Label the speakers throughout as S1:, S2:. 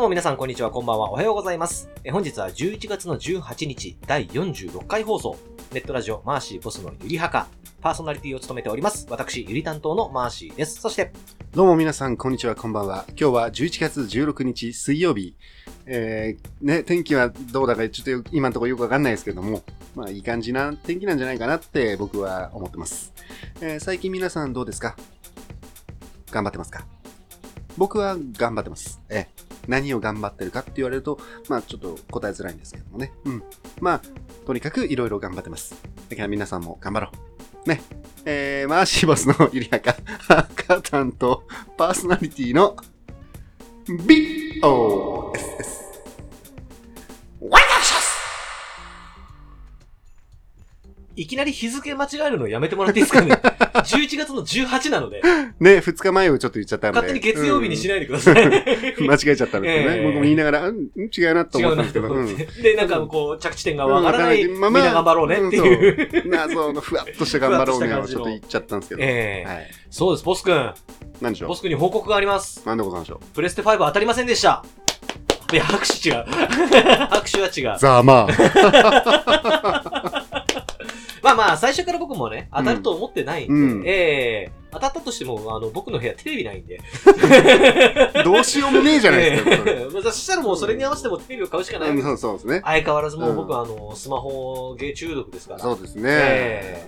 S1: も皆さんこんにちは、こんばんは、おはようございます。え本日は11月の18日、第46回放送、ネットラジオマーシーボスのゆりはか、パーソナリティを務めております。私、ゆり担当のマーシーです。そして、
S2: どうも皆さん、こんにちは、こんばんは。今日は11月16日水曜日。えー、ね、天気はどうだかちょっとよ今のところよくわかんないですけども、まあいい感じな天気なんじゃないかなって僕は思ってます。えー、最近皆さんどうですか頑張ってますか僕は頑張ってます。ええ何を頑張ってるかって言われると、まあちょっと答えづらいんですけどもね。うん。まあ、とにかくいろいろ頑張ってます。だから皆さんも頑張ろう。ね。えー、マーシーバスのゆりやか、赤担当。パーソナリティの BOSS。ワイダシャス
S1: いきなり日付間違えるのやめてもらっていいですか ね ?11 月の18なので、
S2: ね、2日前をちょっと言っちゃったんで。
S1: 勝手に月曜日にし
S2: い。
S1: ないでください。
S2: 間違えちゃったんですよね。
S1: ええ
S2: 僕も言いながら、うん、うん違うな と
S1: 違
S2: 思っ
S1: う
S2: たん
S1: な
S2: ですけ
S1: と
S2: ど、
S1: 思
S2: う
S1: って
S2: ん。
S1: で、なんかこう、着地点がわからない、
S2: う
S1: み
S2: ん
S1: ん
S2: まあ
S1: な
S2: まあ
S1: 頑張ろうねっていう。
S2: 謎のふわっとした頑張ろうねをちょっと言っちゃったんですけど。
S1: ええ
S2: はい。
S1: そうです、ボス君。
S2: 何でしょ
S1: ボス君に報告があります。
S2: うなんでございましょ
S1: プレステ5当たりませんでした。いや、拍手違 う。拍手は違
S2: う
S1: う。
S2: ざまあ。
S1: まあまあ、最初から僕もね、当たると思ってないんで、
S2: うん
S1: ええ当たったとしても、あの、僕の部屋テレビないんで。
S2: どうしようもねえじゃないですか。こ れ
S1: ええそしたらもうそれに合わせてもテレビを買うしかない。
S2: うんそうそうですね。
S1: 相変わらずもう僕
S2: うん
S1: はあの、スマホゲー中毒ですから。
S2: そうです
S1: え
S2: ね。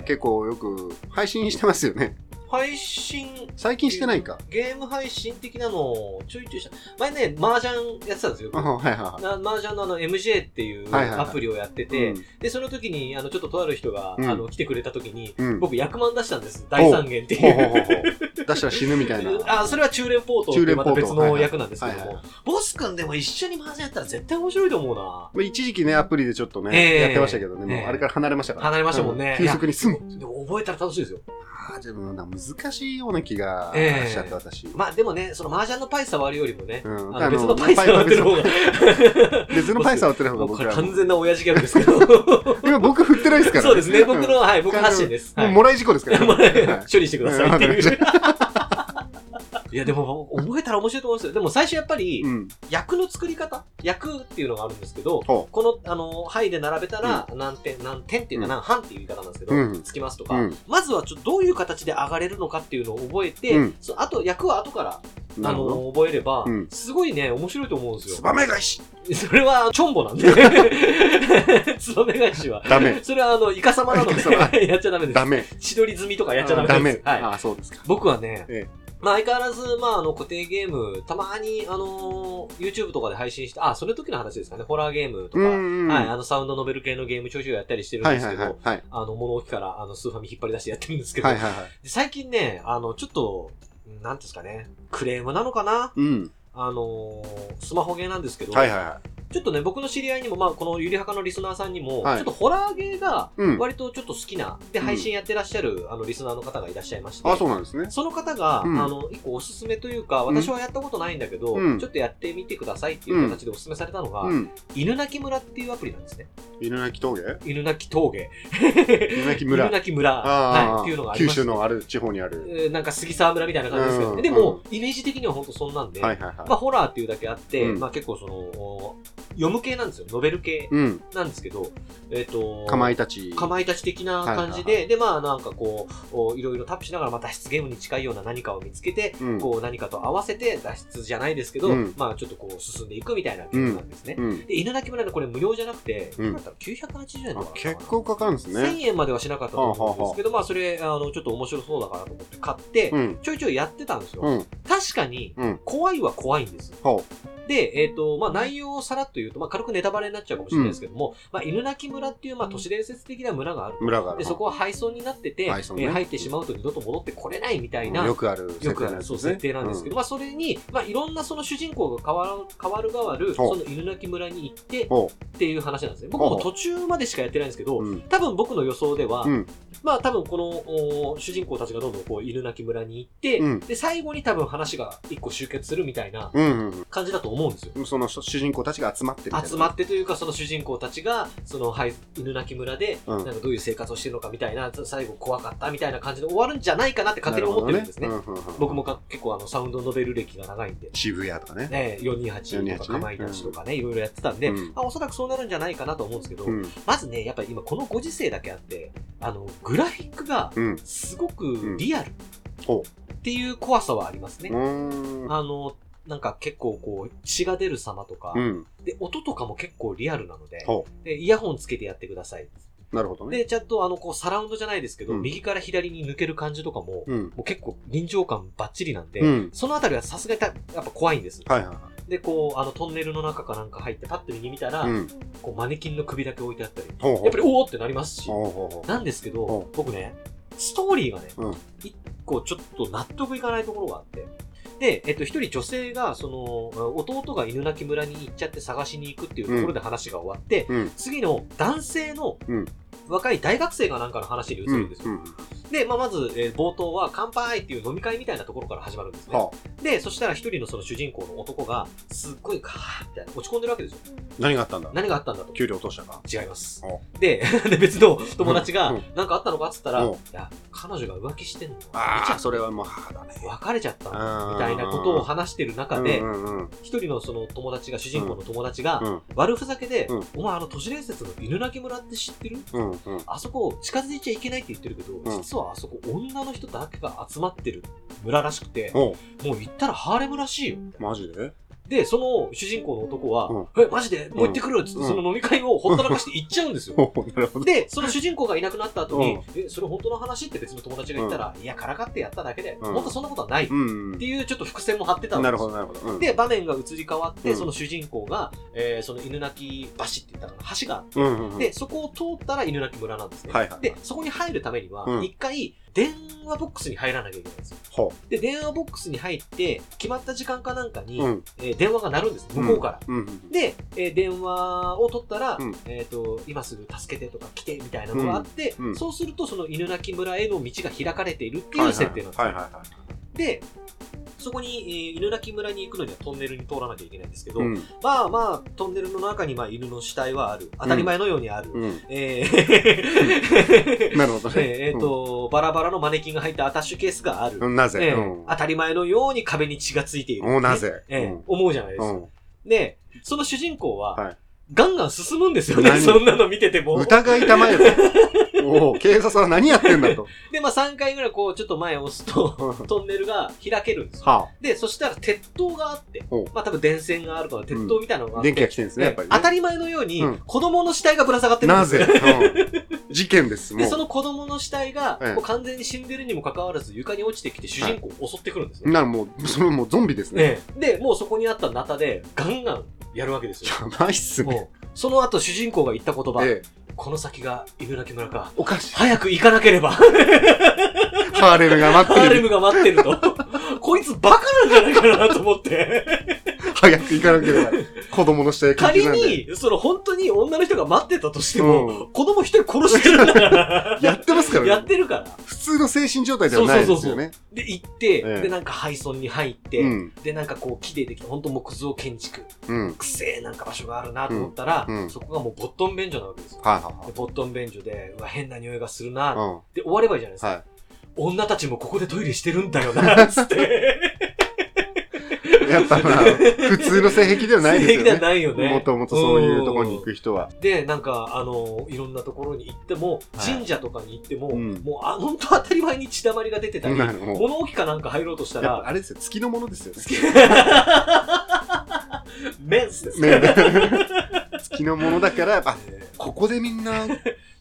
S1: え
S2: 結構よく配信してますよね。
S1: 配信、
S2: 最近してないか。
S1: ゲーム配信的なのをちょいちょいした。前ね、麻雀やってたんですよ。
S2: あはいはいは
S1: な麻雀のあの MJ っていう
S2: はいはいはい
S1: アプリをやってて、
S2: い。うん
S1: で、その時に、あの、ちょっととある人が、
S2: うん
S1: あの、来てくれた時に、
S2: うん
S1: 僕、役満出したんです。大三元って
S2: ほ
S1: いうう。。
S2: ほうほうほう。出したら死ぬみたいな
S1: あ、それは中連ポートって
S2: 中
S1: い
S2: 連
S1: う
S2: ポ
S1: ま
S2: ート
S1: た別の役なんですけど
S2: はいはい
S1: も。ボス君でも一緒に麻雀やったら絶対面白いと思うな。
S2: まあ一時期ね、アプリでちょっとね、
S1: ええ
S2: やってましたけどね、もう
S1: ええ
S2: あれから離れましたから。
S1: 離れましたもんね
S2: う急速にすむ。
S1: でも覚えたら楽しいですよ。
S2: ああ、でもなんか難しいような気が
S1: ええ
S2: しちゃった、私。
S1: まあでもね、その麻雀のパイ触るよりもね、
S2: うん
S1: あの別のパイ触ってる方が、
S2: 別のパイ触ってる方が
S1: もうこ
S2: 僕
S1: れ
S2: ら。
S1: 完全な親父ギャグですけ ど。
S2: 今僕振ってないですから。
S1: そうですね、僕の、はい、僕発信です。
S2: うん。
S1: は
S2: もう
S1: い
S2: もらい事故ですから ね。
S1: もらえ
S2: はい
S1: 処理してくださいっていう
S2: うんわ。
S1: いや、でも、覚えたら面白いと思うんですよ。でも最初やっぱり、
S2: うん。
S1: 役の作り方役っていうのがあるんですけど、
S2: ほう。
S1: この、あの、範囲で並べたら、何点、何点っていうか、何半っていう言い方なんですけど、
S2: うん
S1: つきますとか、
S2: うん
S1: まずはちょっとどういう形で上がれるのかっていうのを覚えて、
S2: うん
S1: そあと、役は後から、
S2: な
S1: あ
S2: るほど。
S1: の、覚えれば、
S2: うん
S1: すごいね、面白いと思うんです
S2: ツ
S1: よ。
S2: バメ返し
S1: それは、チョンボなんで。 つばめ返しは。
S2: ダメ。
S1: それは、あの、イカ様なの
S2: イカ
S1: で、 やっちゃダメで
S2: ダ
S1: す。
S2: メ。
S1: 千鳥済みとかやっちゃダメです。
S2: ダメ。
S1: はい。
S2: ああ、そうですか。
S1: 僕はね、
S2: ええ
S1: まあ相変わらず、まああの固定ゲーム、たまにあのー YouTube とかで配信して、あ、その時の話ですかね、ホラーゲームと
S2: うん
S1: か、
S2: うんうん。
S1: はい、あのサウンドノベル系のゲームちょいちょいやったりしてるん
S2: は
S1: で
S2: い
S1: す
S2: は
S1: け
S2: いはい
S1: ど、
S2: はい。
S1: あの物置からあのスーファミ引っ張り出してやってるんですけど、
S2: はいはいはい。
S1: で最近ね、あのちょっと、なんていうんですかね、クレームなのかな
S2: うん。
S1: あのースマホゲーなんですけど、
S2: はいはいはい。
S1: ちょっとね、僕の知り合いにも、まあこのゆりはかのリスナーさんにも、
S2: はい
S1: ちょっとホラーゲーが
S2: うん。
S1: 割とちょっと好きな、で
S2: うん
S1: 配信やってらっしゃるあのリスナーの方がいらっしゃいまして、
S2: あ、そうなんですね。
S1: その方が、
S2: うん
S1: あの、一個おすすめというか、
S2: うん
S1: 私はやったことないんだけど、
S2: うん
S1: ちょっとやってみてくださいっていう形でおすすめされたのが、
S2: うん。
S1: 犬鳴村っていうアプリなんですね。
S2: 犬鳴峠
S1: 犬鳴峠。
S2: 犬鳴
S1: 犬
S2: 村。
S1: 鳴村。
S2: あー
S1: はい。っていうのがあり
S2: 九
S1: まして
S2: 州のある地方にある。
S1: えーなんか杉沢村みたいな感じですけど、
S2: うん
S1: でも、イメージ的には本当そんなんで、
S2: はいはいはい。
S1: まあ、ホラーっていうだけあって、
S2: うん
S1: まあ、結構その、お読む系なんですよ。ノベル系
S2: うん。
S1: なんですけど、えっ、と、
S2: かまいたち。
S1: かまいたち的な感じで、
S2: は
S1: で、まあ、なんかこうお、いろいろタップしながら、まあ、脱出ゲームに近いような何かを見つけて、
S2: うん。
S1: こう何かと合わせて脱出じゃないですけど、
S2: うん
S1: まあちょっとこう進んでいくみたいなゲームなんですね。
S2: うん。
S1: で、犬鳴村のこれ無料じゃなくて、
S2: うん
S1: 今だったら980円と
S2: あ
S1: か
S2: 結構かかるんです
S1: 1000
S2: ね。
S1: 円まではしなかったと思うんですけど、まあそれ、あの、ちょっと面白そうだからと思って買って、
S2: うん。
S1: ちょいちょいやってたんですよ。
S2: うん。
S1: 確かに
S2: うん、
S1: 怖いは怖いんです。
S2: ほ
S1: で、えっ、と、まあ内容をさらっと言うと、まあ軽くネタバレになっちゃうかもしれないですけども、まあ犬鳴村っていう、まあ都市伝説的な村がある。
S2: う。村がある。
S1: で、そこは廃村になってて、え
S2: 廃村ね
S1: ー入ってしまうと二度と戻ってこれないみたいな、
S2: うんよくある
S1: よくあるそう設定なんですけど、
S2: ど。
S1: まあ、それに、まあ、いろんなその主人公が変わる変わる変わる、
S2: ほ
S1: そうの犬鳴村に行って
S2: うんほ
S1: っていう話なんですね。僕
S2: ほう
S1: も途中までしかやってないんですけど、
S2: う。うん。
S1: 多分僕の予想では、
S2: うん
S1: まあ多分このお主人公たちがどんどんこう犬鳴村に行って、
S2: うん
S1: で、最後に多分話が一個集結するみたいな
S2: うんうん
S1: 感じだと思うんですよ。
S2: うん。その主人公たちが集まっってみたいな
S1: 集まってというかその主人公たちがその、はい、犬鳴村で
S2: うん
S1: なんかどういう生活をしてるのかみたいな、最後怖かったみたいな感じで終わるんじゃないかなって勝手に思ってるんですね
S2: なほどうんうんうん
S1: 僕もか結構あのサウンドノベル歴が長いんで、
S2: 渋谷とかね。
S1: ね、428とか
S2: 428ね
S1: かまいたちとかね、いろいろやってたんで、
S2: うん
S1: あおそらくそうなるんじゃないかなと思うんですけど、
S2: うん。
S1: まずねやっぱり今このご時世だけあってあのグラフィックが
S2: うん。
S1: すごくリアル
S2: ほ
S1: っていう怖さはありますね
S2: う。う、ーん。
S1: あのなんか結構こう血が出る様とか、
S2: うん。
S1: で音とかも結構リアルなので
S2: ほ
S1: でイヤホンつけてやってください。
S2: なるほどね。
S1: で、ちゃんとあの、こう、サラウンドじゃないですけど、
S2: うん
S1: 右から左に抜ける感じとかも、
S2: うん。
S1: もう結構臨場感バッチリなんで、
S2: うん。
S1: そのあたりはさすがにたやっぱ怖いんです。
S2: はいはいは
S1: で、こう、あの、トンネルの中かなんか入って、パッと右見たら、
S2: い。うん。
S1: こう、マネキンの首だけ置いてあったり、
S2: ほう
S1: や
S2: ほ
S1: っぱり、おーってなりますし、
S2: ほうほうほ
S1: なんですけ
S2: ほ
S1: ど、僕ね、ストーリーがね、
S2: うん
S1: 一個ちょっと納得いかないところがあって、で、えっと、一人女性が、その、弟が犬鳴村に行っちゃって探しに行くっていうところで話が終わって、
S2: う。うん。
S1: 次の男性の
S2: うん
S1: 若い大学生がなんかの話に移
S2: う
S1: るん
S2: ん
S1: です。よ。
S2: うん。
S1: で、まあ、まず、えー冒頭は乾杯っていう飲み会みたいなところから始まるんですね。
S2: はあ。
S1: で、そしたら一人のその主人公の男が、すっごいカーみたいな落ち込んでるわけですよ。
S2: 何があったんだ
S1: 何があったんだと。
S2: 給料落としたか。
S1: 違います
S2: お。
S1: で、 で別の友達が
S2: うん、
S1: 何かあったのかっつったら、
S2: お
S1: いや、彼女が浮気してんの。
S2: ああ、
S1: 見ちゃ
S2: それはもう母だね。
S1: 別れちゃったの。
S2: あー
S1: みたいなことを話してる中で
S2: う、んうんうん
S1: 一人のその友達が、主人公の友達が
S2: う、ん
S1: 悪ふざけで
S2: うん、
S1: お前あの都市伝説の犬鳴村って知ってる
S2: うんうん
S1: あそこ近づいちゃいけないって言ってるけど、
S2: ん
S1: 実はあそこ女の人だけが集まってる村らしくて、
S2: おう
S1: もう行ったらハーレムらしいよ。
S2: マジで
S1: で、その主人公の男は、え、マジでもう行ってくるっつって、
S2: うん
S1: その飲み会をほったらかして行っちゃうんですよ。
S2: おうなるほど。
S1: で、その主人公がいなくなった後に、え、それ本当の話って別の友達が言ったら、いや、からかってやっただけで、
S2: うん
S1: 本当そんなことはないっ
S2: うん
S1: て。いうちょっと伏線も張ってたんです
S2: なるほど、なるほど。うん
S1: で、場面が移り変わって、
S2: うん
S1: その主人公が、えーその犬鳴橋って言ったかな、橋があって
S2: うんうんうん。
S1: で、そこを通ったら犬鳴村なんですね。
S2: はいはいはい
S1: で、そこに入るためには
S2: う、ん
S1: 一回、電話ボックスに入らなきゃいけないんですよ。
S2: ほ
S1: で、電話ボックスに入って、決まった時間かなんか
S2: う
S1: に、
S2: うん。
S1: えー電話が鳴るんです、向こうから。
S2: うんうん。
S1: で、えー電話を取ったら、
S2: うん
S1: えっ、と、今すぐ助けてとか来てみたいなのがあって、
S2: うんうん
S1: そうすると、その犬鳴村への道が開かれているっていう設定なんですよ。
S2: はいはいはい。
S1: で、そこに、えー犬鳴村に行くのにはトンネルに通らなきゃいけないんですけど、
S2: うん
S1: まあまあ、トンネルの中にまあ犬の死体はある。当たり前のようにある。
S2: うん。
S1: えー
S2: なるほどね。
S1: えーと、バラバラのマネキンが入ったアタッシュケースがある。
S2: うん。なぜ
S1: え
S2: う
S1: ー
S2: ん
S1: 当たり前のように壁に血がついている。
S2: おうなぜ
S1: えー
S2: うん
S1: 思うじゃないですか。
S2: う
S1: で、その主人公は、
S2: はい
S1: ガンガン進むんですよね、
S2: 何
S1: そんなの見てても
S2: ん。。疑いたま えろ。おう警察は何やってんだと。
S1: で、まあ3回ぐらいこう、ちょっと前を押すと、
S2: は
S1: トンネルが開けるんですよ。
S2: あ。
S1: で、そしたら鉄塔があって
S2: お、
S1: まあ多分電線があるから鉄塔みたいなのがあって、
S2: 電気が来てるんですね、やっぱりね。
S1: 当たり前のように、
S2: うん
S1: 子供の死体がぶら下がってるん
S2: な
S1: ですよ
S2: ぜ、うん事件です、も。
S1: で、そうの子供の死体が、
S2: ええ
S1: もう完全に死んでるにもかかわらず床に落ちてきて主人公を襲ってくるんですね。
S2: ならもう、それもうゾンビですね。
S1: ええで、もうそこにあったナタでガンガンやるわけですよ。
S2: やばいっすね。
S1: もう、その後主人公が言った言葉、
S2: ええ、
S1: この先が犬鳴村か。
S2: おかしい。
S1: 早く行かなけ れば、
S2: ハーレムが待
S1: ハ
S2: っ
S1: ー
S2: て
S1: レ
S2: る。
S1: ムが待ってると。こいつバカなんじゃないかなと思 って。
S2: 早く行かなければ。子供の下へ
S1: 仮に、その本当に女の人が待ってたとしても、
S2: う
S1: 子供一人殺してるんだから。
S2: やってますからね
S1: やってるから。
S2: 普通の精神状態ではないですよね。
S1: で、行って、
S2: ええ
S1: で、なんか廃村に入って、
S2: うん。
S1: で、なんかこう木でできた、本当木造建築、
S2: うん。はい
S1: くせえなんか場所があるなと思ったら、
S2: うんうん
S1: そこがもうボットン便所なわけですよ。
S2: は
S1: でボットン便所で、うわ、変な匂いがするな
S2: いう
S1: っ
S2: ん。は
S1: て終わればいいじゃないですか。
S2: い。
S1: 女たちもここでトイレしてるんだよな、つって。
S2: やっぱ まあ、普通の性癖ではないです
S1: 正義で
S2: よ
S1: は
S2: ね。
S1: ないよね。
S2: もともとそういうとこに行く人は。
S1: で、なんか、あの、いろんなところに行っても、
S2: はい
S1: 神社とかに行っても、
S2: うん
S1: もう、あ、本当当たり前に血だまりが出てたり、
S2: なるほど
S1: 物置かなんか入ろうとした
S2: やっぱ
S1: ら、
S2: あれですよ、月のものですよね。
S1: メンスですね。
S2: ね 月のものだから、あ、ここでみんな、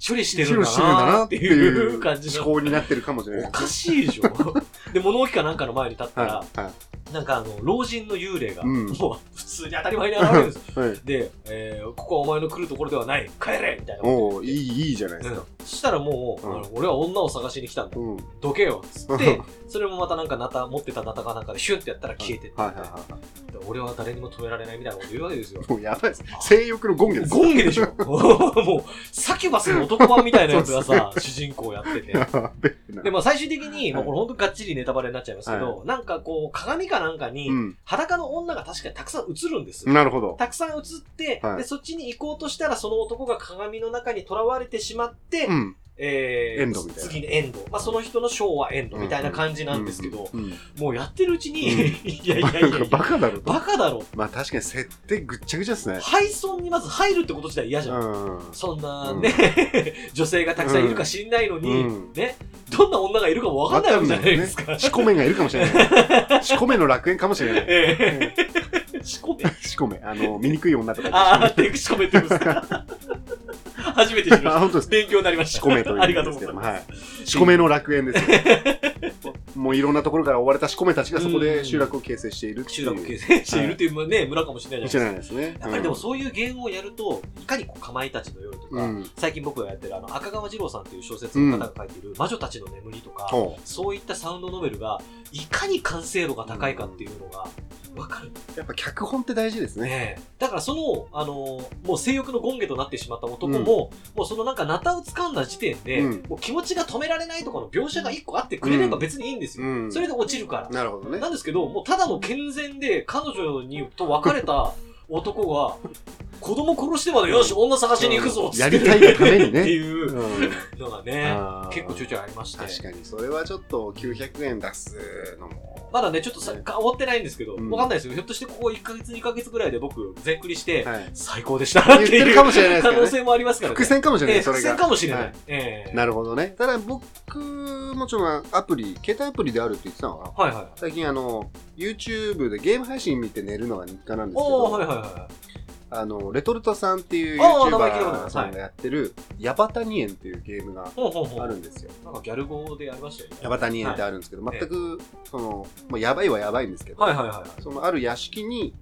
S1: 処理して
S2: 披
S1: るん
S2: 露
S1: だ
S2: してるんだ
S1: な
S2: な
S1: っ
S2: ってて
S1: い
S2: いうう
S1: 感じ
S2: 思
S1: の。
S2: 考になってるかもしれない
S1: お。かしいでしょ。 で、物置かなんかの前に立ったら
S2: は、い。は
S1: なんかあの、老人の幽霊が、
S2: うん
S1: もう普通に当たり前に現れるんですよ。
S2: い。はい。
S1: で、えーここはお前の来るところではない、帰れみたいなこと
S2: おういい、いいじゃないです
S1: 言
S2: か。
S1: って。うん、そしたらもう、
S2: うん
S1: あの俺は女を探しに来たんだ。
S2: うん。
S1: どけよっつっ
S2: う
S1: て
S2: ん、
S1: それもまたなんかナタ、持ってたナタかなんかでヒュンってやったら消えてって、
S2: はいはいはいはい。
S1: 俺は誰にも止められないみたいなこと言うわけですよ。
S2: もうやばいです。性欲の権下です。
S1: ゴンゲでしょ もう、サキュバスの男版みたいなやつが さ、主人公やってて。
S2: やべえな
S1: で、まあ最終的に、まあ
S2: はい
S1: これ本当がっちりネタバレになっちゃいますけど、なんかこう、鏡かなんかに、
S2: うん。
S1: 裸の女が確かにたくさん映るんですよ。
S2: なるほど。
S1: たくさん映って、
S2: はい
S1: で、そっちに行こうとしたら、その男が鏡の中に囚われてしまって、
S2: うん。
S1: えー
S2: エンドみたいな
S1: 次にエンド。まあその人の昭和エンドみたいな感じなんですけど、
S2: うん。
S1: もうやってるうちに、
S2: うん
S1: いやいやいやい
S2: なんか
S1: や
S2: バ、カだろと。
S1: バカだろ。
S2: まあ確かに設定ぐっちゃぐちゃですね。
S1: 廃村にまず入るってこと自体嫌じゃん。
S2: う
S1: そんなね、 女性がたくさんいるか知んないのに、
S2: うん
S1: ね、どんな女がいるかもわかんないわけじゃないですか。
S2: ん。しこめがいるかもしれない。しこめの楽園かもしれない。
S1: ええ。仕込め。
S2: しこめ。あの、醜い女とか。
S1: ああ、テク仕込めって言うんです か。初めて知りまし
S2: あ、本当で
S1: た。
S2: す。
S1: 勉強になりました。
S2: しこめとい
S1: あり
S2: う
S1: が
S2: ん
S1: とう
S2: です
S1: ござ
S2: けど
S1: い
S2: も、
S1: ま
S2: はい
S1: す。。
S2: しこめの楽園ですよ。 もういろんなところから追われたしこめたちがそこで集落を形成しているっていう。
S1: 集落形成しているというね、村かもしれないじ
S2: じ
S1: ゃ
S2: ゃ
S1: な
S2: ないい
S1: です
S2: ですね。
S1: か。やっぱりでもそういうゲームをやると、いかにこう、かまいたちの夜と
S2: う
S1: か、
S2: ん。
S1: 最近僕がやってるあの赤川次郎さんという小説の方が書いている魔女たちの眠りとか、
S2: ほ
S1: そういったサウンドノベルがいかに完成度が高いかっていうのが分かるんで
S2: うやっぱ脚本って大事です
S1: す
S2: ね。
S1: ね。だからその、あの、もう性欲の権下となってしまった男も、もうそのなんかナタを掴んだ時点で、
S2: うん
S1: もう気持ちが止められないとかの描写が一個あってくれれば
S2: うん
S1: 別にいいんですよ。
S2: うん
S1: それで落ちるから。
S2: なるほどね
S1: な。んですけど、もうただの健全で彼女にと別れた男が、子供殺してまでよし、女探しに行くぞっつって
S2: やりたいがためにね
S1: っていう
S2: うん
S1: のがね、
S2: あー
S1: 結構ちょいちょいありまして。
S2: 確かにそれはちょっと900円出すのも
S1: まだね、ちょっとさ、
S2: ね
S1: か終わってないんですけど、
S2: うん
S1: わかんないですよ。ひょっとしてここ1ヶ月、2ヶ月ぐらいで僕、全クリして、
S2: はい
S1: 最高でしたって
S2: 言って
S1: い
S2: る
S1: う
S2: かもしれないです
S1: 可
S2: けど
S1: 能
S2: ね
S1: 性もありますからね。
S2: 伏線かもしれな
S1: え
S2: い
S1: え
S2: そ
S1: 伏
S2: れ
S1: 線
S2: が
S1: かもしれない。
S2: はい
S1: ええ
S2: なるほどねただ僕もちろんアプリ携帯アプリであるって言ってたのか
S1: は
S2: な
S1: いはい。
S2: 最近あの YouTube でゲーム配信見て寝るのが日課なんですけ
S1: お
S2: ど、
S1: ー、はいはいは
S2: あのレトルトさんっていう
S1: あー名前聞いたことあり
S2: YouTuber
S1: ます
S2: さんがやってる「ヤバタニエン」っていうゲームが
S1: い。ほうほうほう。
S2: あるんですよ。
S1: なんかギャル語でやりましたよね。
S2: ヤバタニエンってあるんですけど、全くその、まあ、やばいはやばいんですけど、
S1: はいはいはい。
S2: そのある屋敷に、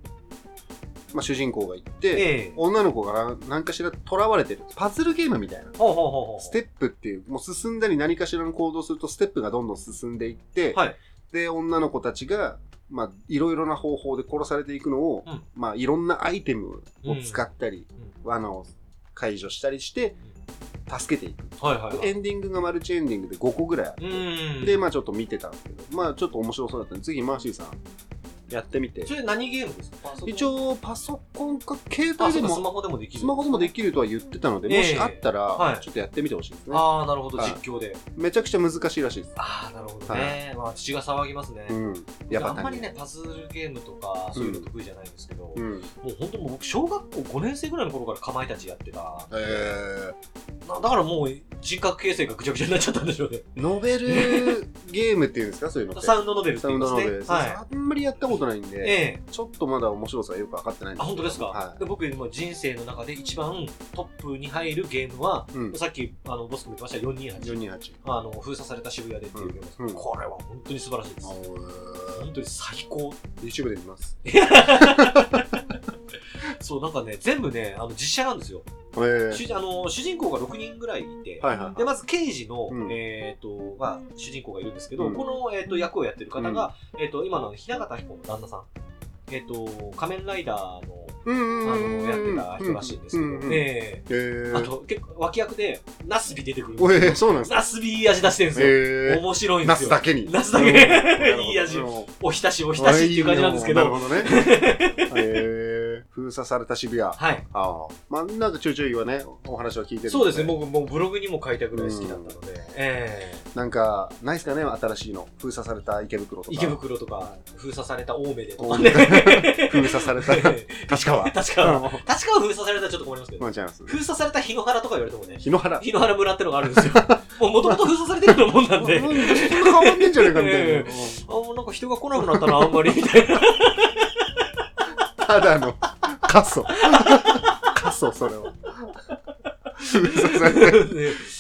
S2: まあ、主人公が行って、
S1: ええ
S2: 女の子が何かしら囚われてる。パズルゲームみたいな。
S1: ほうほうほうほう。
S2: ステップっていう、もう進んだり何かしらの行動するとステップがどんどん進んでいって、
S1: はい
S2: で、女の子たちが、まあ、いろいろな方法で殺されていくのを、
S1: うん
S2: まあ、いろんなアイテムを使ったり、
S1: う
S2: 罠を解除したりして、助けていく。
S1: はいはいは
S2: でエ
S1: い。
S2: ンディングがマルチエンディングで5個ぐらいあっ
S1: う
S2: て、
S1: ーん。
S2: で、まあ、ちょっと見てたんですけど、まあ、ちょっと面白そうだったんで、次、マーシーさん、やってみて
S1: そ。れ何ゲームですか
S2: 一、応、パソコンか携
S1: あ、そ
S2: 帯で
S1: うかス
S2: も、
S1: マホでもできる。
S2: スマホでもできるとは言ってたので、も
S1: え
S2: し
S1: え
S2: あった
S1: は
S2: ら
S1: い、
S2: ちょっとやってみてほしいですね。
S1: ああ、なるほど、
S2: はい
S1: 実況で。
S2: めちゃくちゃ難しいらしいです。
S1: ああ、なるほどね。まあ、血が騒ぎますね。
S2: うん。や
S1: あ
S2: ば
S1: んま
S2: た
S1: り
S2: に。
S1: ね、パズルゲームとか、そういうの得意じゃないんですけど、
S2: う
S1: も
S2: ん。
S1: う本当もう僕、小学校5年生ぐらいの頃からかまいたちやってた。な
S2: えー、
S1: だからもう、人格形成がぐちゃぐちゃになっちゃったんでしょ うね。
S2: ノベルゲームっていうんですかそういうのって。
S1: サウンドノベルって
S2: サ
S1: 言
S2: ウ
S1: いま
S2: ンド
S1: す
S2: ノ
S1: ね
S2: ベルです。
S1: はい。
S2: あんまりやったことないん
S1: え
S2: で、
S1: え
S2: ちょっとまだ面白さがよく分かってないん
S1: あ、
S2: け
S1: 本
S2: ど
S1: 当ですか、
S2: は
S1: で僕、今人生の中で一番トップに入るゲームは、
S2: い。うん。
S1: さっき、あの、ボス君言ってました、428。
S2: 428。
S1: あの、封鎖された渋谷でっていうゲームです、
S2: うんうん
S1: これは本当に素晴らしいです。本当に最高。
S2: YouTube で見ます。え
S1: そう、なんかね、全部ね、あの、実写なんですよ。
S2: ー、
S1: 主あの主人公が6人ぐらいいて、
S2: はいはい
S1: でまず刑事の、
S2: うん
S1: えーとまあ、主人公がいるんですけど、
S2: うん
S1: この、えー、と役をやってる方が、えー、と今の雛形彦の旦那さん、えー、と仮面ライダーの
S2: うん
S1: あ
S2: うんうんうん
S1: のやってた人らしいんですけど、
S2: うんうんうんえ
S1: ええあ
S2: ー。
S1: と結構脇役でナスビ出てくるん
S2: おえ
S1: で
S2: ー
S1: す
S2: そうなんです
S1: よ
S2: か
S1: ナスビ味出してるんですよ、
S2: え
S1: 面白い
S2: ー。
S1: んで
S2: ナ
S1: す
S2: ス
S1: よ
S2: だけに。
S1: ナスだけ
S2: うんなるほど
S1: いい味
S2: なるほど
S1: おひたしおひたしっていう感じなんですけ
S2: なる
S1: ど
S2: ほどね。えー、封鎖された渋谷。
S1: はい
S2: ああ。まあ、なんかちょいちょいはね、お話は聞いてるん
S1: そうですね僕もうブログにも書いたぐらい好きだったので、ええ
S2: なんか、ないですかね、新しいの。封鎖された池袋とか。
S1: 池袋とか、封鎖された青梅でとか
S2: 大
S1: ね
S2: 梅。 封鎖された。確か
S1: 確か、
S2: は。うん
S1: 確かは封鎖されたらちょっと困りますけど、
S2: まあ、違います。
S1: 封鎖された日野原とか言われてもね、
S2: 日野原。
S1: 日野原村ってのがあるん ですよ。もう元々封鎖されてるようなもんなんで、
S2: うんそんな変わんねえんじゃねえかみたいな
S1: え。あ、もうなんか人が来なくなったな、あんまり、みたいな。
S2: ただの、過疎。過疎、それは。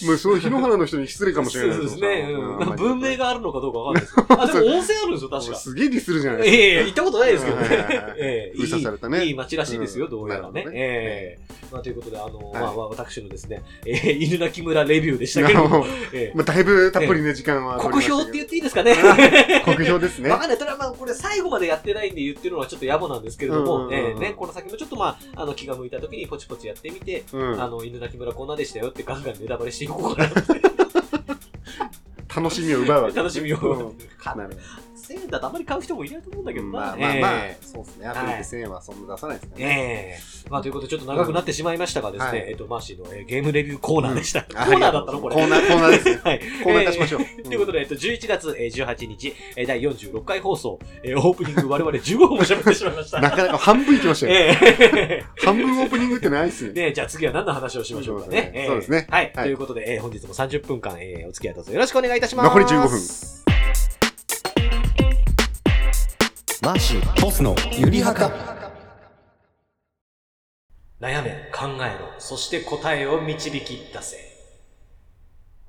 S2: もうそう、日野原の人に失礼かもしれない
S1: そうですね。うんなんか文明
S2: が。
S1: があるのかどうかわかんないですけど。あ、でも温泉あるんですよ、確か。
S2: すげえディスるじゃない
S1: え
S2: です
S1: え行ったことないですけどね
S2: はいはいはい。
S1: ええ
S2: 封鎖されたね
S1: いいいい街らしいですよ、
S2: うん
S1: どうやら
S2: な
S1: ね
S2: る。ほどね
S1: ええまあ、ということで、あの、まあ
S2: は、い
S1: まあ私のですね、ええ犬鳴村レビューでした
S2: か。
S1: けれども、
S2: もう
S1: ええ
S2: まあだいぶたっぷりね、時間は取り
S1: 酷
S2: まし
S1: 評
S2: たけど。
S1: って言っていいですかね。
S2: 酷評ですね
S1: わ。かんない。ただまあ、これ最後までやってないんで言ってるのはちょっと野暮なんですけれど
S2: うんうん
S1: も、
S2: うん
S1: ええね、この先もちょっとまあ、あの、気が向いた時にポチポチやってみて、
S2: うん
S1: あの、犬鳴村こんなでしたよってガンガンネタバレしていこうかな。
S2: 楽しみを奪うわけ。
S1: 楽しみを
S2: うん。
S1: か
S2: なるほ
S1: 1000円だとあんまり買う人もいないと思うんだけ
S2: ど
S1: どな。
S2: まあまあまあ
S1: ええ、
S2: そうですね。アプリで1000円はそんな出さないですからね。
S1: ええまあ、ということで、ちょっと長くなってしまいましたがですね、
S2: うんはい
S1: えっと、マーシーの、えーゲームレビューコーナーでした。コ
S2: あ
S1: ーナーだったのこれ。
S2: コーナー、コーナーですね。
S1: はい。
S2: コーナー出しましょう。
S1: ということ で、えっと、11月えー18日、えー第46回放送、えーオープニング我々15分も喋ってしまいました。
S2: なかなか半分いきましたよ。
S1: ええ
S2: 半分オープニングってない っすね。
S1: ねじゃあ次は何の話をしましょうかね。
S2: そうです
S1: え
S2: ね
S1: えはい。
S2: はい
S1: ということで、えー本日も30分間、えーお付き合いどうぞよろしくお願いいたします。
S2: 残り15分
S3: マーシーボスのゆりはか
S1: 悩め、考えろ、そして答えを導き出せ。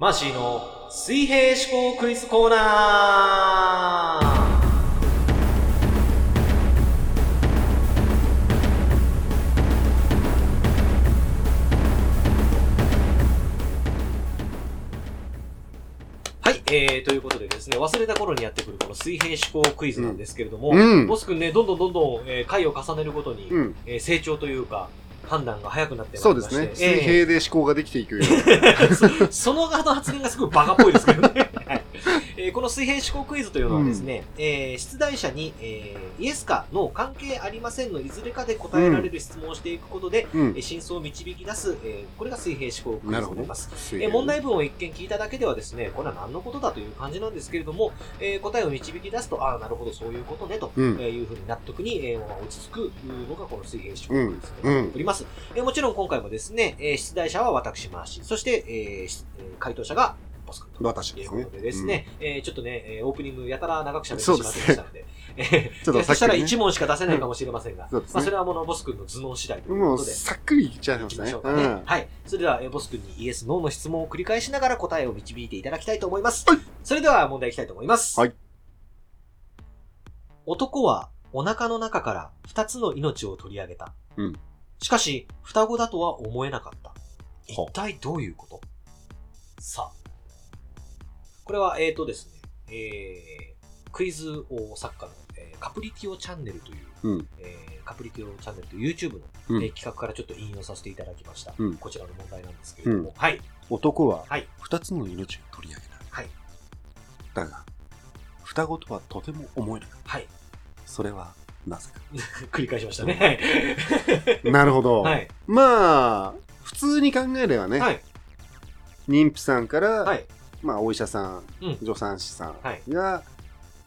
S1: マーシーの水平思考クイズコーナーはい、えー、ということでですね、忘れた頃にやってくるこの水平思考クイズなんですけれども、
S2: うん
S1: ボス君ね、どんどんどんどん、えー回を重ねるごとに、
S2: うん。
S1: えー成長というか、判断が早くなってま
S2: そ
S1: いうり
S2: で
S1: まし
S2: すね
S1: て。、
S2: 水
S1: え
S2: 平で思考ができていくよ
S1: え そその側の発言がすごいバカっぽいですけどね。 はいえーこの水平思考クイズというのはですね、えー出題者に、えーイエスかノー関係ありませんのいずれかで答えられる質問をしていくことで、
S2: うに。う ん
S1: えー真相を導き出す、えーこれが水平思考クイズになります。
S2: 水
S1: え
S2: 平
S1: ー問題文を一見聞いただけではですね、これは何のことだという感じなんですけれども、えー答えを導き出すと、ああ、なるほど、そういうことね、と
S2: う
S1: え
S2: ん。
S1: ーいうふうに納得に、えー落ち着くのがこの水平思考
S2: うん。うん
S1: お。ります。えーもちろん今回もですね、えー出題者は私マーシー、そして、えーしえー回答者がボス君と。
S2: 私
S1: という
S2: です
S1: こ
S2: ね
S1: と。でですね、えーちょっとね、えーオープニングやたら長く喋ってし
S2: そ
S1: ま
S2: う
S1: って
S2: で
S1: ます
S2: ね
S1: したので、えー
S2: ちょっと
S1: そしたら
S2: ね
S1: 1問しか出せないかもしれませんが、
S2: そうですね
S1: まあ、それはものボス君の頭脳次第という
S2: も
S1: こ
S2: う
S1: とで。
S2: さっくりいっちゃい
S1: い
S2: ま
S1: き
S2: し
S1: ま
S2: た
S1: し
S2: ね
S1: ょう。かね。はい。それでは、えーボス君にイエス、ノーの質問を繰り返しながら答えを導いていただきたいと思います。
S2: はい
S1: それでは問題いきたいと思います。
S2: はい
S1: 男はお腹の中から2つの命を取り上げた。
S2: うん
S1: しかし、双子だとは思えなかった。一
S3: は
S1: 体どういうことさあ。これは、えーとですね、えー、クイズ王作家の、えーカプリティオチャンネルという
S2: うん。
S1: えーカプリティオチャンネルという YouTube の、
S2: うん
S1: えー企画からちょっと引用させていただきました、
S2: うん
S1: こちらの問題なんですけれども、
S2: う
S1: はい、
S3: 男は
S1: はい
S3: 二つの命を取り上げた、
S1: はい
S3: だが双子とはとても思えなかっ
S1: はい、
S3: た それはなぜか
S1: 繰り返しましたね。
S2: なるほど。
S1: はい、
S2: まあ、普通に考えればね、
S1: はい、
S2: 妊婦さんから、
S1: はい、
S2: まあ、お医者さん、
S1: うん
S2: 助産師さん
S1: はい
S2: が、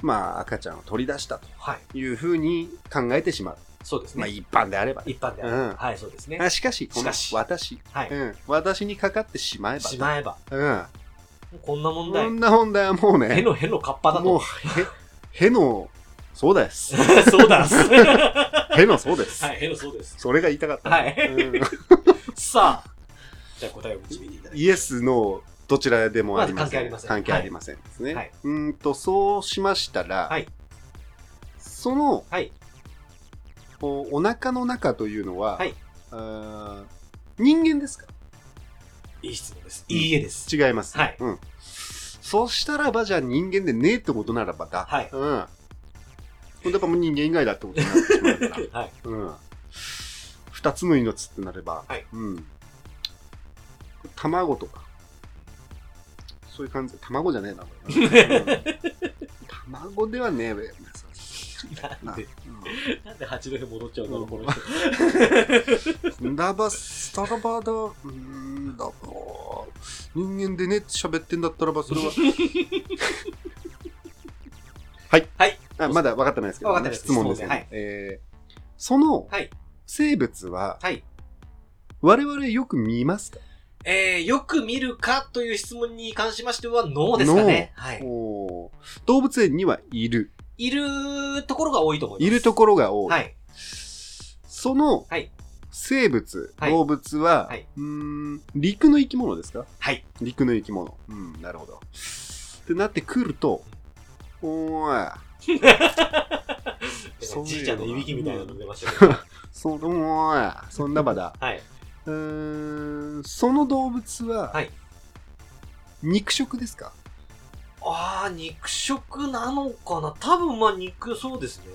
S2: まあ、赤ちゃんを取り出したと
S1: はい、
S2: いうふうに考えてしまう。
S1: そうですね。
S2: まあ、一般であればね。
S1: 一般であれば、
S2: うん
S1: はい、そうですね。
S2: あしかし、こ
S1: し
S2: の
S1: かし
S2: 私、
S1: は
S2: う
S1: い、
S2: ん、私にかかってしまえば、
S1: しまえば、
S2: うん、
S1: こんな問
S2: こ
S1: 題、
S2: んな問題はもう
S1: へ
S2: ね、
S1: のへのカッパだ
S2: もう
S1: と。
S2: へ、への、そうです。
S1: そうだっ す。 は
S2: へのそうです。
S1: い、へのそうです。
S2: それが言いたかった。
S1: はい。
S2: うん
S1: さあ、じゃあ答えを導いていただき
S2: イエス、ノー、どちらでもありません。
S1: まあ関係ありません
S2: 関係ありませんですね。
S1: はい
S2: うんと、そうしましたら、
S1: はい
S2: その、
S1: はい
S2: こうお腹の中というのは、
S1: はい
S2: あー人間ですか
S1: いい質問です。いいえです。
S2: 違います。
S1: はい
S2: うん。そうしたらば、じゃあ人間でねえってことならばだ。
S1: はい
S2: うん。これやっぱもう人間以外だってことになってしまうから。
S1: はい、
S2: うん。二つの命ってなれば、
S1: はい
S2: うん。卵とか、そういう感じ、卵じゃねえな、これな うん卵ではねえべ、
S1: なんで、
S2: う
S1: なんで八戸戻っちゃうんだろう、この人。
S2: ん。だば、スタラバだ、うーんだば、人間でねって喋ってんだったらば、それは。 はい。
S1: はい
S2: あまだ分かってないですけど、
S1: 分かってないです
S2: 質問ですよね。
S1: 質問
S2: えーその
S1: はい、
S2: 生物は、
S1: はい。
S2: 我々よく見ますか
S1: えー、よく見るかという質問に関しまして は、ノーですかね。はい。
S2: おー動物園にはいる。
S1: いるところが多いと思いま
S2: い
S1: す。
S2: るところが多い。
S1: はい。
S2: その、
S1: はい
S2: 生物、
S1: はい
S2: 動物は、
S1: はいう
S2: ーん、陸の生き物ですか
S1: はい。
S2: 陸の生き物。うん、なるほど。ってなってくると、おーい、
S3: そういう
S1: じいちゃんのいびきみたいなの出ましたけど。
S2: そのおーい、そんなまだ。
S1: はい。
S2: うーん、その動物は、
S1: はい
S2: 肉食ですか
S1: ああ、肉食なのかな多分まあ肉、そうですね。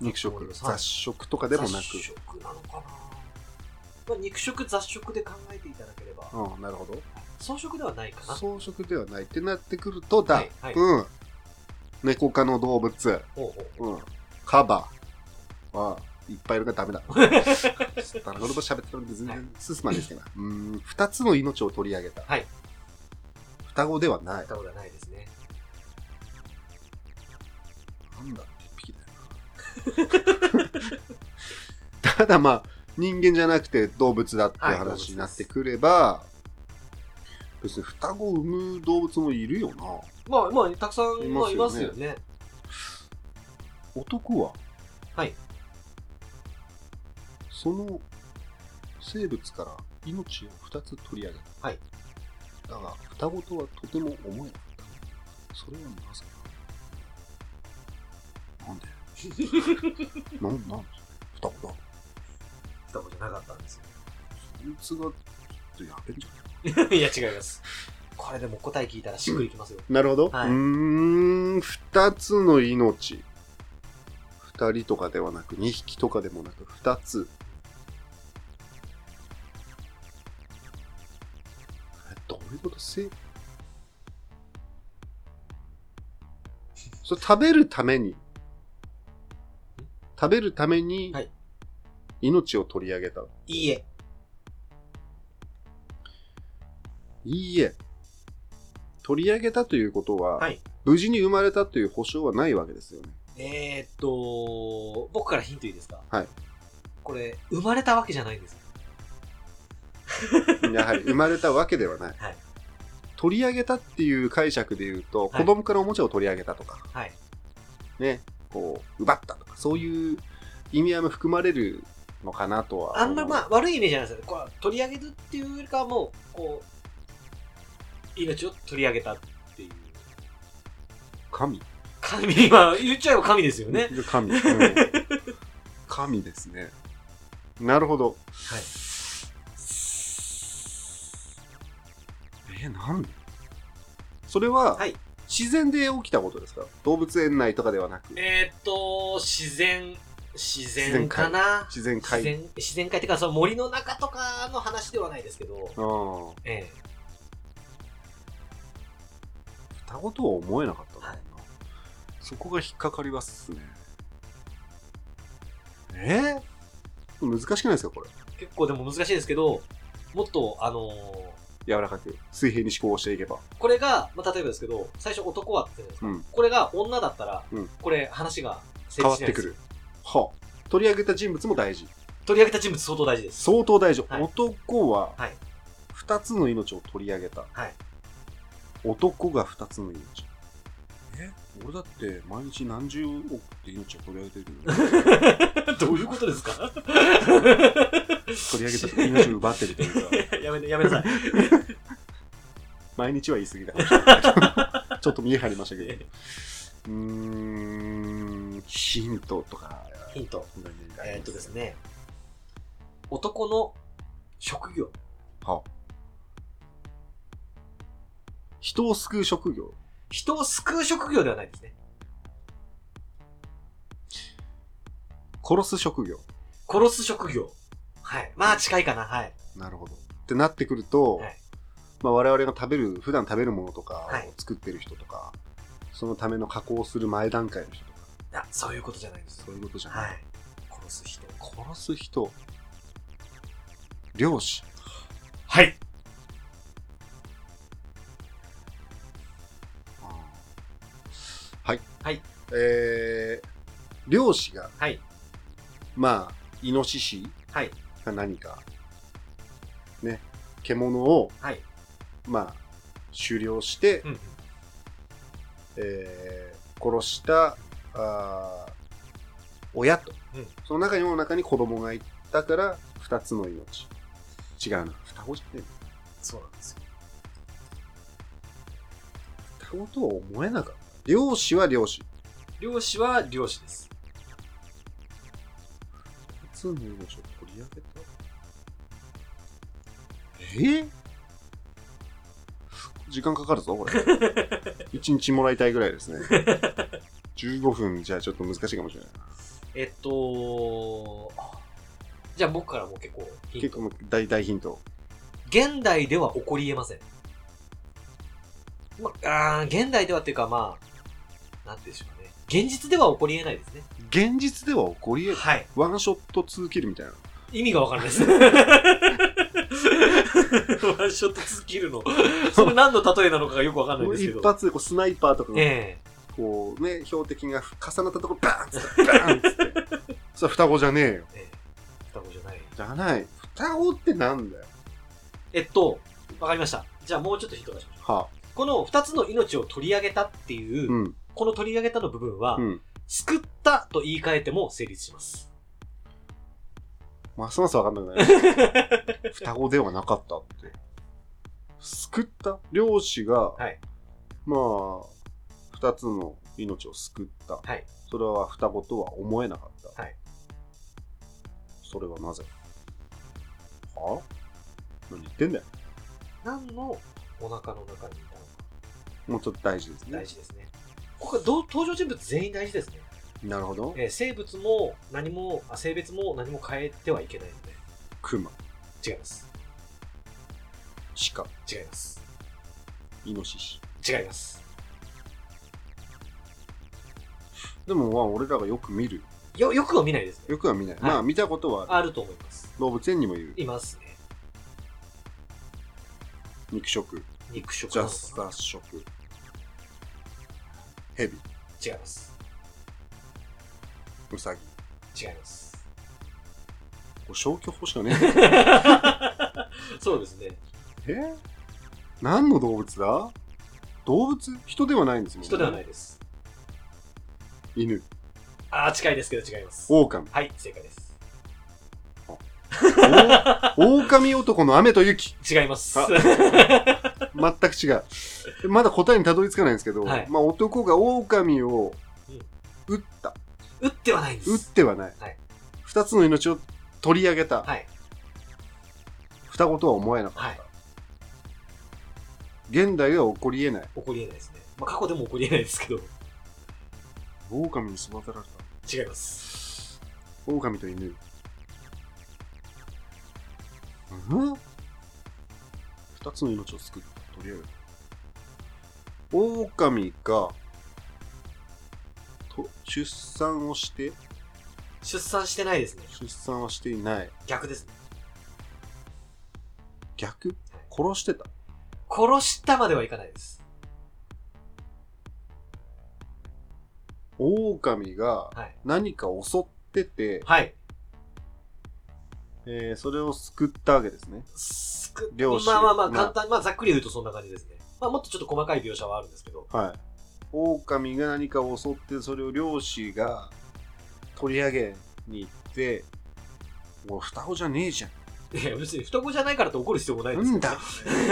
S2: 肉
S1: そう
S2: 食
S1: で。すはい
S2: 雑食とかでもな
S1: 雑
S2: く。
S1: 食なのかな、まあ、肉食、雑食で考えていただければ、
S2: うん、なるほど。
S1: 草食ではないかな。
S2: 草食ではないってなってくるとだ、
S1: はいはい
S2: うん猫科の動物、
S1: ほうほう
S2: うん、カバはいっぱいいるからダメ だ誰ほども喋ってるんで全
S1: はい
S2: 然進まないですからうん2つの命を取り上げた、
S1: はい
S2: 双子ではない
S1: ったことはないですね。
S2: なんだ鉄壁だよなただまあ人間じゃなくて動物だっていう
S1: はい動物です
S2: 話になってくれば、別に双子を産む動物もいるよな
S1: まあまあ、たくさん
S2: い
S1: ま
S2: ま
S1: あ
S2: すよ
S1: い
S2: ね
S1: ますよね。
S2: 男は
S1: はい
S2: その生物から命を2つ取り上げた
S1: はい
S2: だが双子とはとても思えなかったそれはなぜかなんでなんなん双子だ
S1: 双子じゃなかったんです
S2: そいつがちょっとやべんじゃね
S1: よ。いや、違います。これでも答え聞いたらしっくりきますよ。
S2: なるほど、
S1: はいう
S2: ーん2つの命2人とかではなく2匹とかでもなく2つえどういうことせそれ食べるために食べるために
S1: はい
S2: 命を取り上げた、
S1: いいえ。
S2: い、いえ取り上げたということは、
S1: はい
S2: 無事に生まれたという保証はないわけですよね
S1: えー、っと、僕からヒントいいですか
S2: はい。
S1: これ、生まれたわけじゃないんですよ。
S2: やはり生まれたわけではない、
S1: はい
S2: 取り上げたっていう解釈で言う
S1: は
S2: と、
S1: い
S2: 子供からおもちゃを取り上げたとか
S1: はい。
S2: ねこう奪ったとかそういう意味合いも含まれるのかなとは
S1: あんまりま
S2: あ
S1: あ、悪いイメージじゃないですよ。これは取り上げるっていうよりかはもう、こう、命を取り上げたっていう。
S2: 神
S1: 神、まあ、言っちゃえば神ですよね。
S2: 神、 うん神ですねなるほど
S1: はい。
S2: えなんでそれは、
S1: はい
S2: 自然で起きたことですか動物園内とかではなく
S1: えー、っと、自然、自
S2: 自
S1: 然
S2: 然
S1: か
S2: 界
S1: な
S2: 自然
S1: 自
S2: 界
S1: 然自然界っていうかその森の中とかの話ではないですけど、
S2: ああ
S1: え
S2: 双子とは思えなかったな、
S1: はい
S2: そこが引っかかりますねえー難しくないですかこれ
S1: え結構でも難しいですけどもっとあのー
S2: 柔らかく水平に思考をしていけば
S1: これが、まあ、例えばですけど最初男はって言ってたじゃないですか、これが女だったら、
S2: うん
S1: これ話が成
S2: 変わ
S1: 立しないん
S2: って
S1: で
S2: く
S1: すよ
S2: るはあ取り上げた人物も大事
S1: 取り上げた人物相当大事です
S2: 相当大事、
S1: はい
S2: 男は
S1: はい
S2: 2つの命を取り上げた、
S1: はい
S2: 男が2つの命え俺だって毎日何十億って命を取り上げてるけ ど
S1: どういうことですか
S2: 取り上げたって命を奪ってるというか
S1: やめてやめなさい
S2: 毎日は言い 過ぎたかもしれないちょっと見え張りましたけど。
S1: え
S2: うーん、ヒントとか。
S1: ヒントえーっとです
S2: ね。
S1: ね男の職業
S2: は人を救う職業。
S1: 人を救う職業ではないですね
S2: 殺す職業。
S1: 殺す職業はいまあ近いかなはい
S2: なるほど。ってなってくると、
S1: はい
S2: まあ、我々が食べる、普段食べるものとか
S1: はい
S2: を作ってる人とか、そのための加工をする前段階の人とか、
S1: いや、そういうことじゃないんですよ
S2: そういうことじゃない。
S1: はい。殺す人。
S2: 殺す人。漁師。
S1: はい。
S2: はい。
S1: はい。
S2: えー、漁師が、
S1: はい。
S2: まあ、イノシシ
S1: はい。
S2: か何か、ね、獣を、
S1: はい。
S2: まあ、狩猟して、
S1: うん。
S2: えー殺した、あー親と、
S1: うん
S2: その中にも中に子供がいたから、二つの命。違うな。双子じゃねえ
S1: そうなんですよ。
S2: 双子とは思えなかった。漁師は漁師。
S1: 漁師は漁師です。
S2: 二つの命を取り上げたえ
S3: 時間かかるぞ、こ れ。
S2: 一日もらいたいぐらいですね。15分じゃちょっと難しいかもしれないな。
S1: えっと、じゃあ僕からも結構ヒン
S2: 結
S1: ト。
S2: 構もう大大ヒント。
S1: 現代では起こり得ません。まあー、現代ではっていうかまあ、なんていうんでしょうかね。現実では起こり得ないですね。
S2: 現実では起こり得る。
S1: はい。
S2: ワンショット2キルみたいな。
S1: 意味がわからない です。ワンショットスキルの。それ何の例えなのかがよくわかんない
S2: も
S1: で
S2: う
S1: すけど。
S2: 一発でこうスナイパーとかが
S1: え
S2: こうね、標的が重なったところ、バーンっつって、バーン っつって。それは双子じゃねえよ。
S1: えええ双子じゃない。
S2: じゃない。双子ってなんだよ。
S1: えっと、わかりました。じゃあもうちょっとヒント出しましょ
S2: は
S1: う。この二つの命を取り上げたっていう、
S2: うん。
S1: この取り上げたの部分は、
S2: うん。
S1: 救ったと言い換えても成立します。
S2: ますますわかんなくなる。双子ではなかったって。救った漁師が、
S1: はい
S2: まあ、二つの命を救った。
S1: はい
S2: それは双子とは思えなかった。
S1: はい
S2: それはなぜは何言ってんだよ。
S1: 何のお腹の中にいたのか
S2: もうちょっと大事ですね。
S1: 大事ですね。ここはどう登場人物全員大事ですね。
S2: なるほど。
S1: えー生物も何も、あ性別も何も変えてはいけないので、
S2: 熊、
S1: 違います。
S2: 鹿、
S1: 違います。
S2: イノシシ。
S1: 違います。
S2: でも、まあ、俺らがよく見る。
S1: よ、よくは見ないですね。
S2: よくは見ない。
S1: はい
S2: まあ、見たことはある
S1: あると思います。
S2: 動物園にもいる。
S1: いますね。
S2: 肉食、
S1: 肉食なの
S2: 雑
S1: かな
S2: 雑食、ヘビ、
S1: 違います。
S2: ウサギ。
S1: 違い ます。
S2: これ消去法しかねえ。
S1: そうですね。
S2: えー何の動物だ動物人ではないんですもんね。。
S1: 人ではないいです。
S2: 犬、
S1: ああ、近いですけど違います。
S2: 狼。
S1: はい、正解です。
S2: お狼男の雨 と雪。
S1: 違います。
S2: あ全く違う。まだ答えにたどり着かないんですけど、
S1: はい
S2: まあ男が狼を撃った。
S1: 打ってはないんで
S2: 撃っ
S1: す。
S2: てはない
S1: はい。
S2: 二、つの命を取り上げた。
S1: はい。
S2: 双子とは思えなかった。
S1: はい。
S2: 現代では起こり得な
S1: 起
S2: い。
S1: こり得ないですね。まあ、過去でも起こり得ないですけど、
S2: 狼に育てられた。
S1: 違います。
S2: 狼と犬。うん二つの命を救った。取り上げた。狼が、と、出産をして、
S1: 出産してないですね。
S2: 出産はしていない。
S1: 逆ですね。
S2: 逆殺してた。
S1: 殺したまではいかないです。
S2: 狼が
S1: はい。
S2: 何か襲ってて、
S1: はい。
S2: えーそれを救ったわけですね。
S1: すく
S2: 漁師
S1: まあまあまあ、
S2: まあ
S1: 簡単に、まあ、ざっくり言うとそんな感じですね。まあ、もっとちょっと細かい描写はあるんですけど、
S2: はい。狼が何かを襲って、それを漁師が取り上げに行って、もう双子じゃねえじゃん。
S1: いや、別に双子じゃないからと怒る必要もないで
S2: な
S1: す
S2: ん
S1: けどね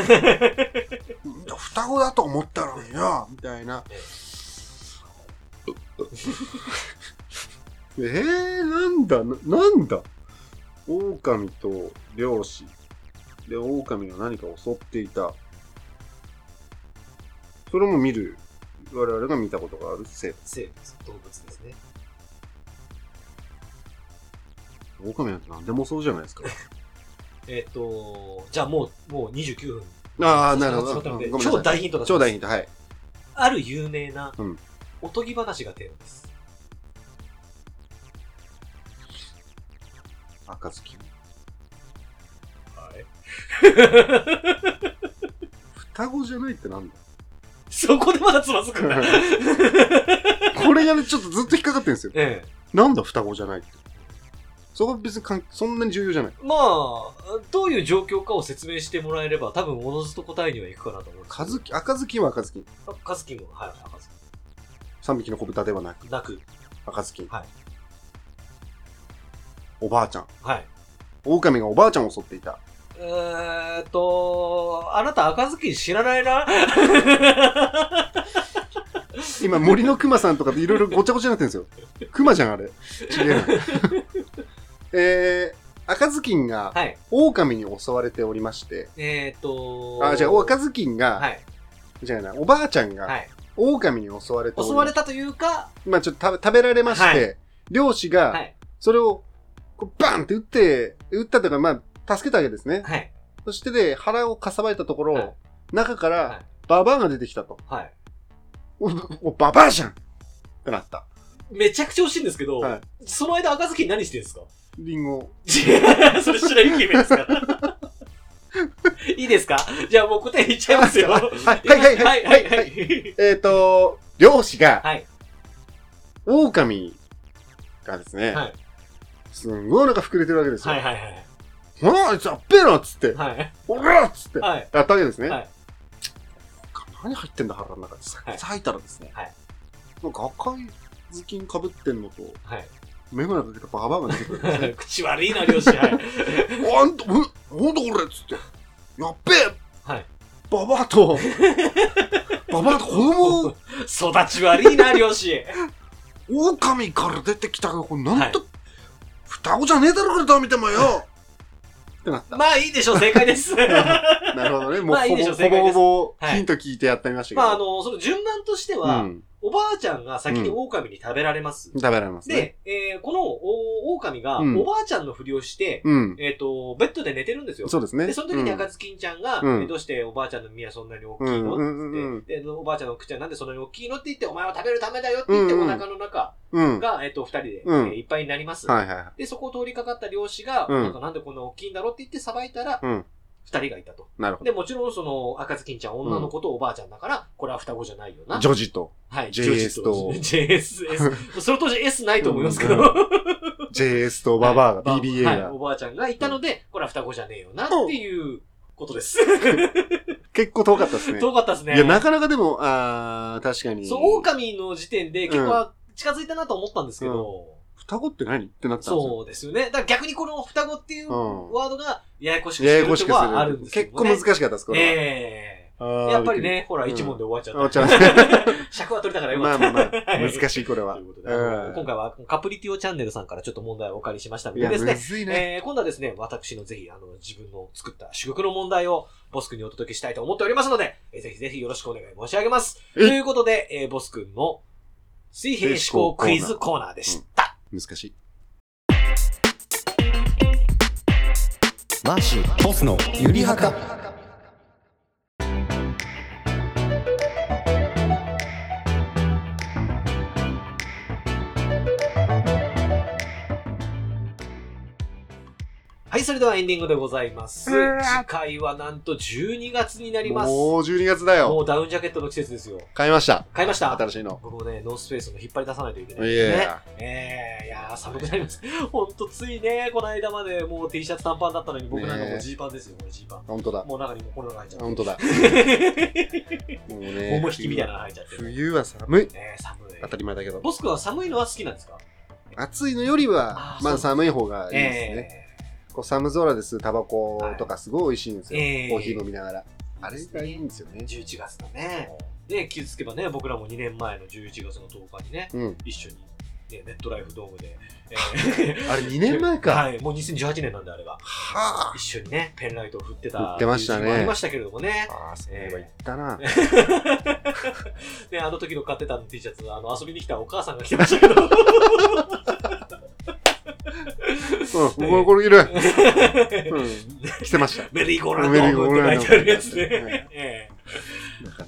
S2: だなんだ双子だと思ったのによみたいな。 えー、なんだななんだ狼と漁師。で、狼が何か襲っていた。それも見る。我々が見たことがある生
S1: 生物、動物ですね。
S2: 物。狼なんて何でもそうじゃないです か。
S1: えっ、と、じゃあもう、もう29分。
S2: ああ、なるほ
S1: そ
S2: ど
S1: うそうそう。
S2: ごめんなさい
S1: 超大ヒントだ
S2: 超大ヒント、はい。
S1: ある有名な
S2: うん、
S1: おとぎ話がテーマです。
S2: 赤ずきん。
S1: はい。
S2: 双子じゃないってなんだ
S1: そこでまだつまずく んだ。
S2: これがね、ちょっとずっと引っかかってるんですよ。
S1: ええ。
S2: なんだ双子じゃないって。そこは別に関そんなに重要じゃない。
S1: まあ、どういう状況かを説明してもらえれば、多分おのずと答えにはいくかなと思うんですけ
S2: カ
S1: ど。
S2: ズキ、赤ずきんは赤ずきん。
S1: あカズキも、はい、赤ず
S2: 三匹の子豚ではなく、
S1: き。なく。
S2: 赤ずきん。
S1: はい
S2: おばあちゃん。
S1: はい。
S2: 狼がおばあちゃんを襲っていた。
S1: えーっと、あなた赤ずきん知らない な
S2: 今、森の熊さんとかいろいろごちゃごちゃになってるんですよ。 熊じゃん、あれ。違う。 えー、赤ずきんが
S1: はい。
S2: 狼に襲われておりまして、
S1: えーっと、
S2: あ、じゃあ、赤ずきんが、
S1: はい。
S2: じゃあな、おばあちゃんが、
S1: はい。
S2: 狼に襲われており
S1: 襲われたというか、
S2: まあちょっと食べ食べられまして、
S1: はい
S2: 漁師が、
S1: はい。
S2: それを、こうバンって撃って、撃ったというか、まあ、助けたわけですね。
S1: はい。
S2: そしてで、腹をかさばいたところ、
S1: はい
S2: 中か
S1: はい
S2: ら、ババアが出てきたと。
S1: はい。
S2: お、おババアじゃんってなった。
S1: めちゃくちゃ惜しいんですけど、
S2: はい
S1: その間赤ずきん何してるんですか
S2: リンゴ。
S1: 違うそれ白雪姫ですから。 いいですかじゃあもう答え言っちゃいますよ。
S2: は
S1: はいい
S2: はいはい
S1: はい
S2: は
S1: はいい
S2: は
S1: はいい。
S2: えっ、と、漁師が、
S1: はい
S2: 狼がですね、
S1: はい
S2: すんごいなんか膨れてるわけですよ。
S1: はいはい
S2: ほら、あいつあっべえなっつって、
S1: はい。
S2: おらっつって、
S1: はい。はい。
S2: やったわけですね。
S1: はい
S2: 何入ってんだ、腹の中に。さ
S1: はい
S2: 咲いたらですね、
S1: はい
S2: なんか赤い頭巾かぶってんのと、
S1: はい。
S2: メガネかけたババアが出てくるんですね。
S1: 口悪いな、漁師。はい。
S2: あんた、うなんだこれっつって、やっべえ
S1: はい。
S2: ババアと、 ババアと子供を
S1: 育ち悪いな、漁師。
S2: 狼から出てきたけど、これなんと、双子じゃねえだろ、これどう見て もよってなった。
S1: まあいいでしょう、正解 です。ま
S2: なるほどね。もう
S1: まあ
S2: ほ
S1: いい
S2: ぼ
S1: でしょう
S2: ほ
S1: 正解
S2: ぼ
S1: です
S2: ほぼ
S1: はい
S2: ヒント聞いてやってみましたけど。
S1: ああの、その順番としては、
S2: うん。
S1: おばあちゃんが先に狼に食べられます。
S2: 食べられますね。
S1: で、えーこのお狼が、
S2: うん
S1: おばあちゃんのふりをして、
S2: うん。
S1: えっ、と、ベッドで寝てるんですよ。
S2: そうですね。
S1: で、その時に赤
S2: うん
S1: ずきんちゃんが、
S2: うん
S1: えどうしておばあちゃんの耳はそんなに大き
S2: う
S1: い
S2: ん
S1: の、
S2: うんうんうん
S1: ってで、おばあちゃんの口はなんでそんなに大きいのって言って、お前は食べるためだよって言って、
S2: うんうん
S1: お腹の中
S2: うん。は
S1: が、えっ、と、二人で、
S2: うん
S1: えーいっぱいになります。
S2: いはいはい。
S1: で、そこを通りかかった漁師が、
S2: うん
S1: なんかなんでこんな大きいんだろうって言ってさばいたら、
S2: うん。
S1: 二人がいたと。
S2: なるほ
S1: で、もちろんその赤ずきんちゃん女の子とおばあちゃんだから、これは双子じゃないよ
S2: ど。
S1: な。
S2: ジョジと
S1: はい、
S2: JS と
S1: JS、S。その 当時 S ないと思いますけど。
S2: うん JS とババアが、
S1: はい
S2: BBA
S1: はい
S2: が
S1: お。ばあちゃんがいたので、これは双子じゃねえよなっていうことです。
S2: 結構遠かったですね。
S1: 遠かったですね。
S2: いや、なかなかでも、あー、確かに。
S1: そう、狼の時点で結構近づいたなと思ったんですけど、
S2: 双子って何ってなったんですよ。
S1: そうですよね。だから逆にこの双子っていう
S2: うん
S1: ワードがややこしくし
S2: や
S1: て
S2: や
S1: る
S2: こ
S1: と
S2: し
S1: こ
S2: くす
S1: はあ
S2: る
S1: るん。ですけ
S2: 結
S1: ど
S2: 構
S1: ね。
S2: 難しかったです、これは。
S1: え
S2: あ
S1: え
S2: ー
S1: やっぱり。ね、ほら、
S2: うん
S1: 一問で終
S2: び
S1: わっ
S2: っ
S1: ち
S2: く
S1: ゃっ
S2: り
S1: た。
S2: あ、違 う。
S1: 尺は取れたからよか
S2: まあ
S1: った。
S2: まあまあ、
S1: はい
S2: 難しい、これは。
S1: ということで、
S2: うん
S1: 今回はカプリティオチャンネルさんからちょっと問題をお借りしましたの
S2: い
S1: で
S2: や、
S1: です
S2: む
S1: ね、
S2: ずいね。
S1: えー、今度はですね、私のぜひ、あの、自分の作った主玉の問題を、ボス君にお届けしたいと思っておりますので、えーぜひぜひよろしくお願い申し上げます。と
S2: えい
S1: いうことで、えー、ボス君の水平思考クイズコーナーでした。
S2: 難しい。
S3: マーシー、ボスのゆりはか。
S1: はい、それではエンディングでございます。
S2: うわ
S1: 次回はなんと12月になります。
S2: もう12月だよ。
S1: もうダウンジャケットの季節ですよ。
S2: 買いました。
S1: 買いました。
S2: 新しいの。
S1: 僕もね、ノースフェイスの引っ張り出さないといけない
S2: い
S1: ですね。
S2: や
S1: ええいやー、寒くなります。ほんとついね、この間までもう T シャツ短パンだったのに、僕なんかもうジーパンですよ、これジーパン。
S2: 本当だ。
S1: もう中にもうこの中入っちゃう。
S2: 本当だ。もうね。
S1: 桃引きみたいなの入っちゃってる。
S2: 冬は寒い。
S1: えー、寒い。
S2: 当たり前だけど。
S1: ボス君は寒いのは好きなんですか
S2: 暑いのよりは
S1: あ、ー
S2: まだ
S1: そう
S2: 寒い方がいいですね。
S1: え
S2: こう寒空です。タバコとかすごい美味しいんですよ。
S1: ええ
S2: コーヒー飲みながら。あれがいいんですよね
S1: ー、。11月だね。で、気づけばね、僕らも2年前の11月の10日にね、
S2: うん。
S1: 一緒に、ね、ネットライフドームで、えー
S2: あれ2年前か。
S1: はい、もう2018年なんであれば、
S2: は
S1: 一緒にね、ペンライトを振ってた。
S2: 振ってました
S1: 時
S2: ね
S1: 期もありましたけれどもね
S2: あ。。ああ、そういえば言ったな。
S1: ね、あの時の買ってた T シャツ、あの遊びに来たお母さんが着てましたけど。
S2: うん、これ いる。うん。来てました。
S1: メリーゴーランドームって書いてあるやつ
S2: メリーゴーランドーム
S1: ね。ええ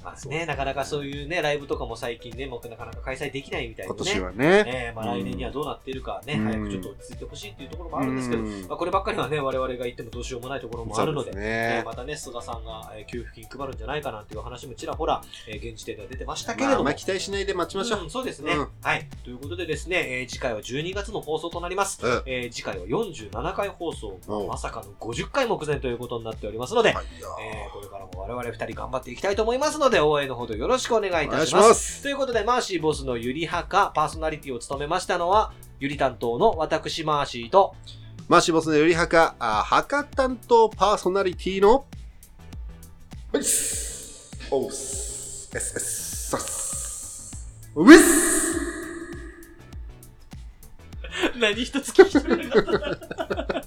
S1: まあね、なかなかそういうね、ライブとかも最近ね、もうなかなか開催できないみたいでね。
S2: 今年はね。
S1: ええまあ来年にはどうなっているかね、
S2: うん
S1: 早くちょっと落ち着いてほしいっていうところもあるんですけど、
S2: うん
S1: まあ、こればっかりはね、我々が言ってもどうしようもないところもあるので、
S2: そう
S1: ええ
S2: ね。
S1: またね、菅さんがえー給付金配るんじゃないかなっていう話もちらほら、えー現時点では出てましたけれ
S2: まあ、あ
S1: ど
S2: ん
S1: も
S2: ま、期待しないで待ちましょう。
S1: んそうですね、
S2: うん
S1: はい。ということでですね、えー次回は12月の放送となります。
S2: うん
S1: えー次回は47回放送、
S2: うん
S1: まさかの50回目前ということになっておりますので、
S2: はいよ
S1: えーこれからも我々2人頑張っていきたいと思いますので、応援のほどよろしくお願いい
S2: お
S1: た
S2: 願い
S1: し
S2: し
S1: ま。
S2: ますす。
S1: ということで、マーシーボスのゆりはか、パーソナリティを務めましたのは、ゆり担当の私マーシーと、
S2: マーシーボスのよりはか、あ博担当パーソナリティの、ウィッスオースエスエスサスウィッス
S1: 何一つ聞き取れなかった。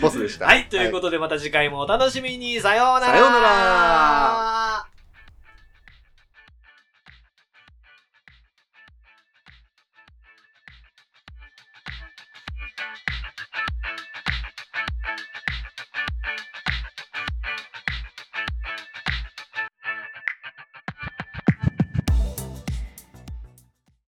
S2: ボスでした。
S1: はい、ということでまた次回もお楽しみに。さようなら
S2: さようなら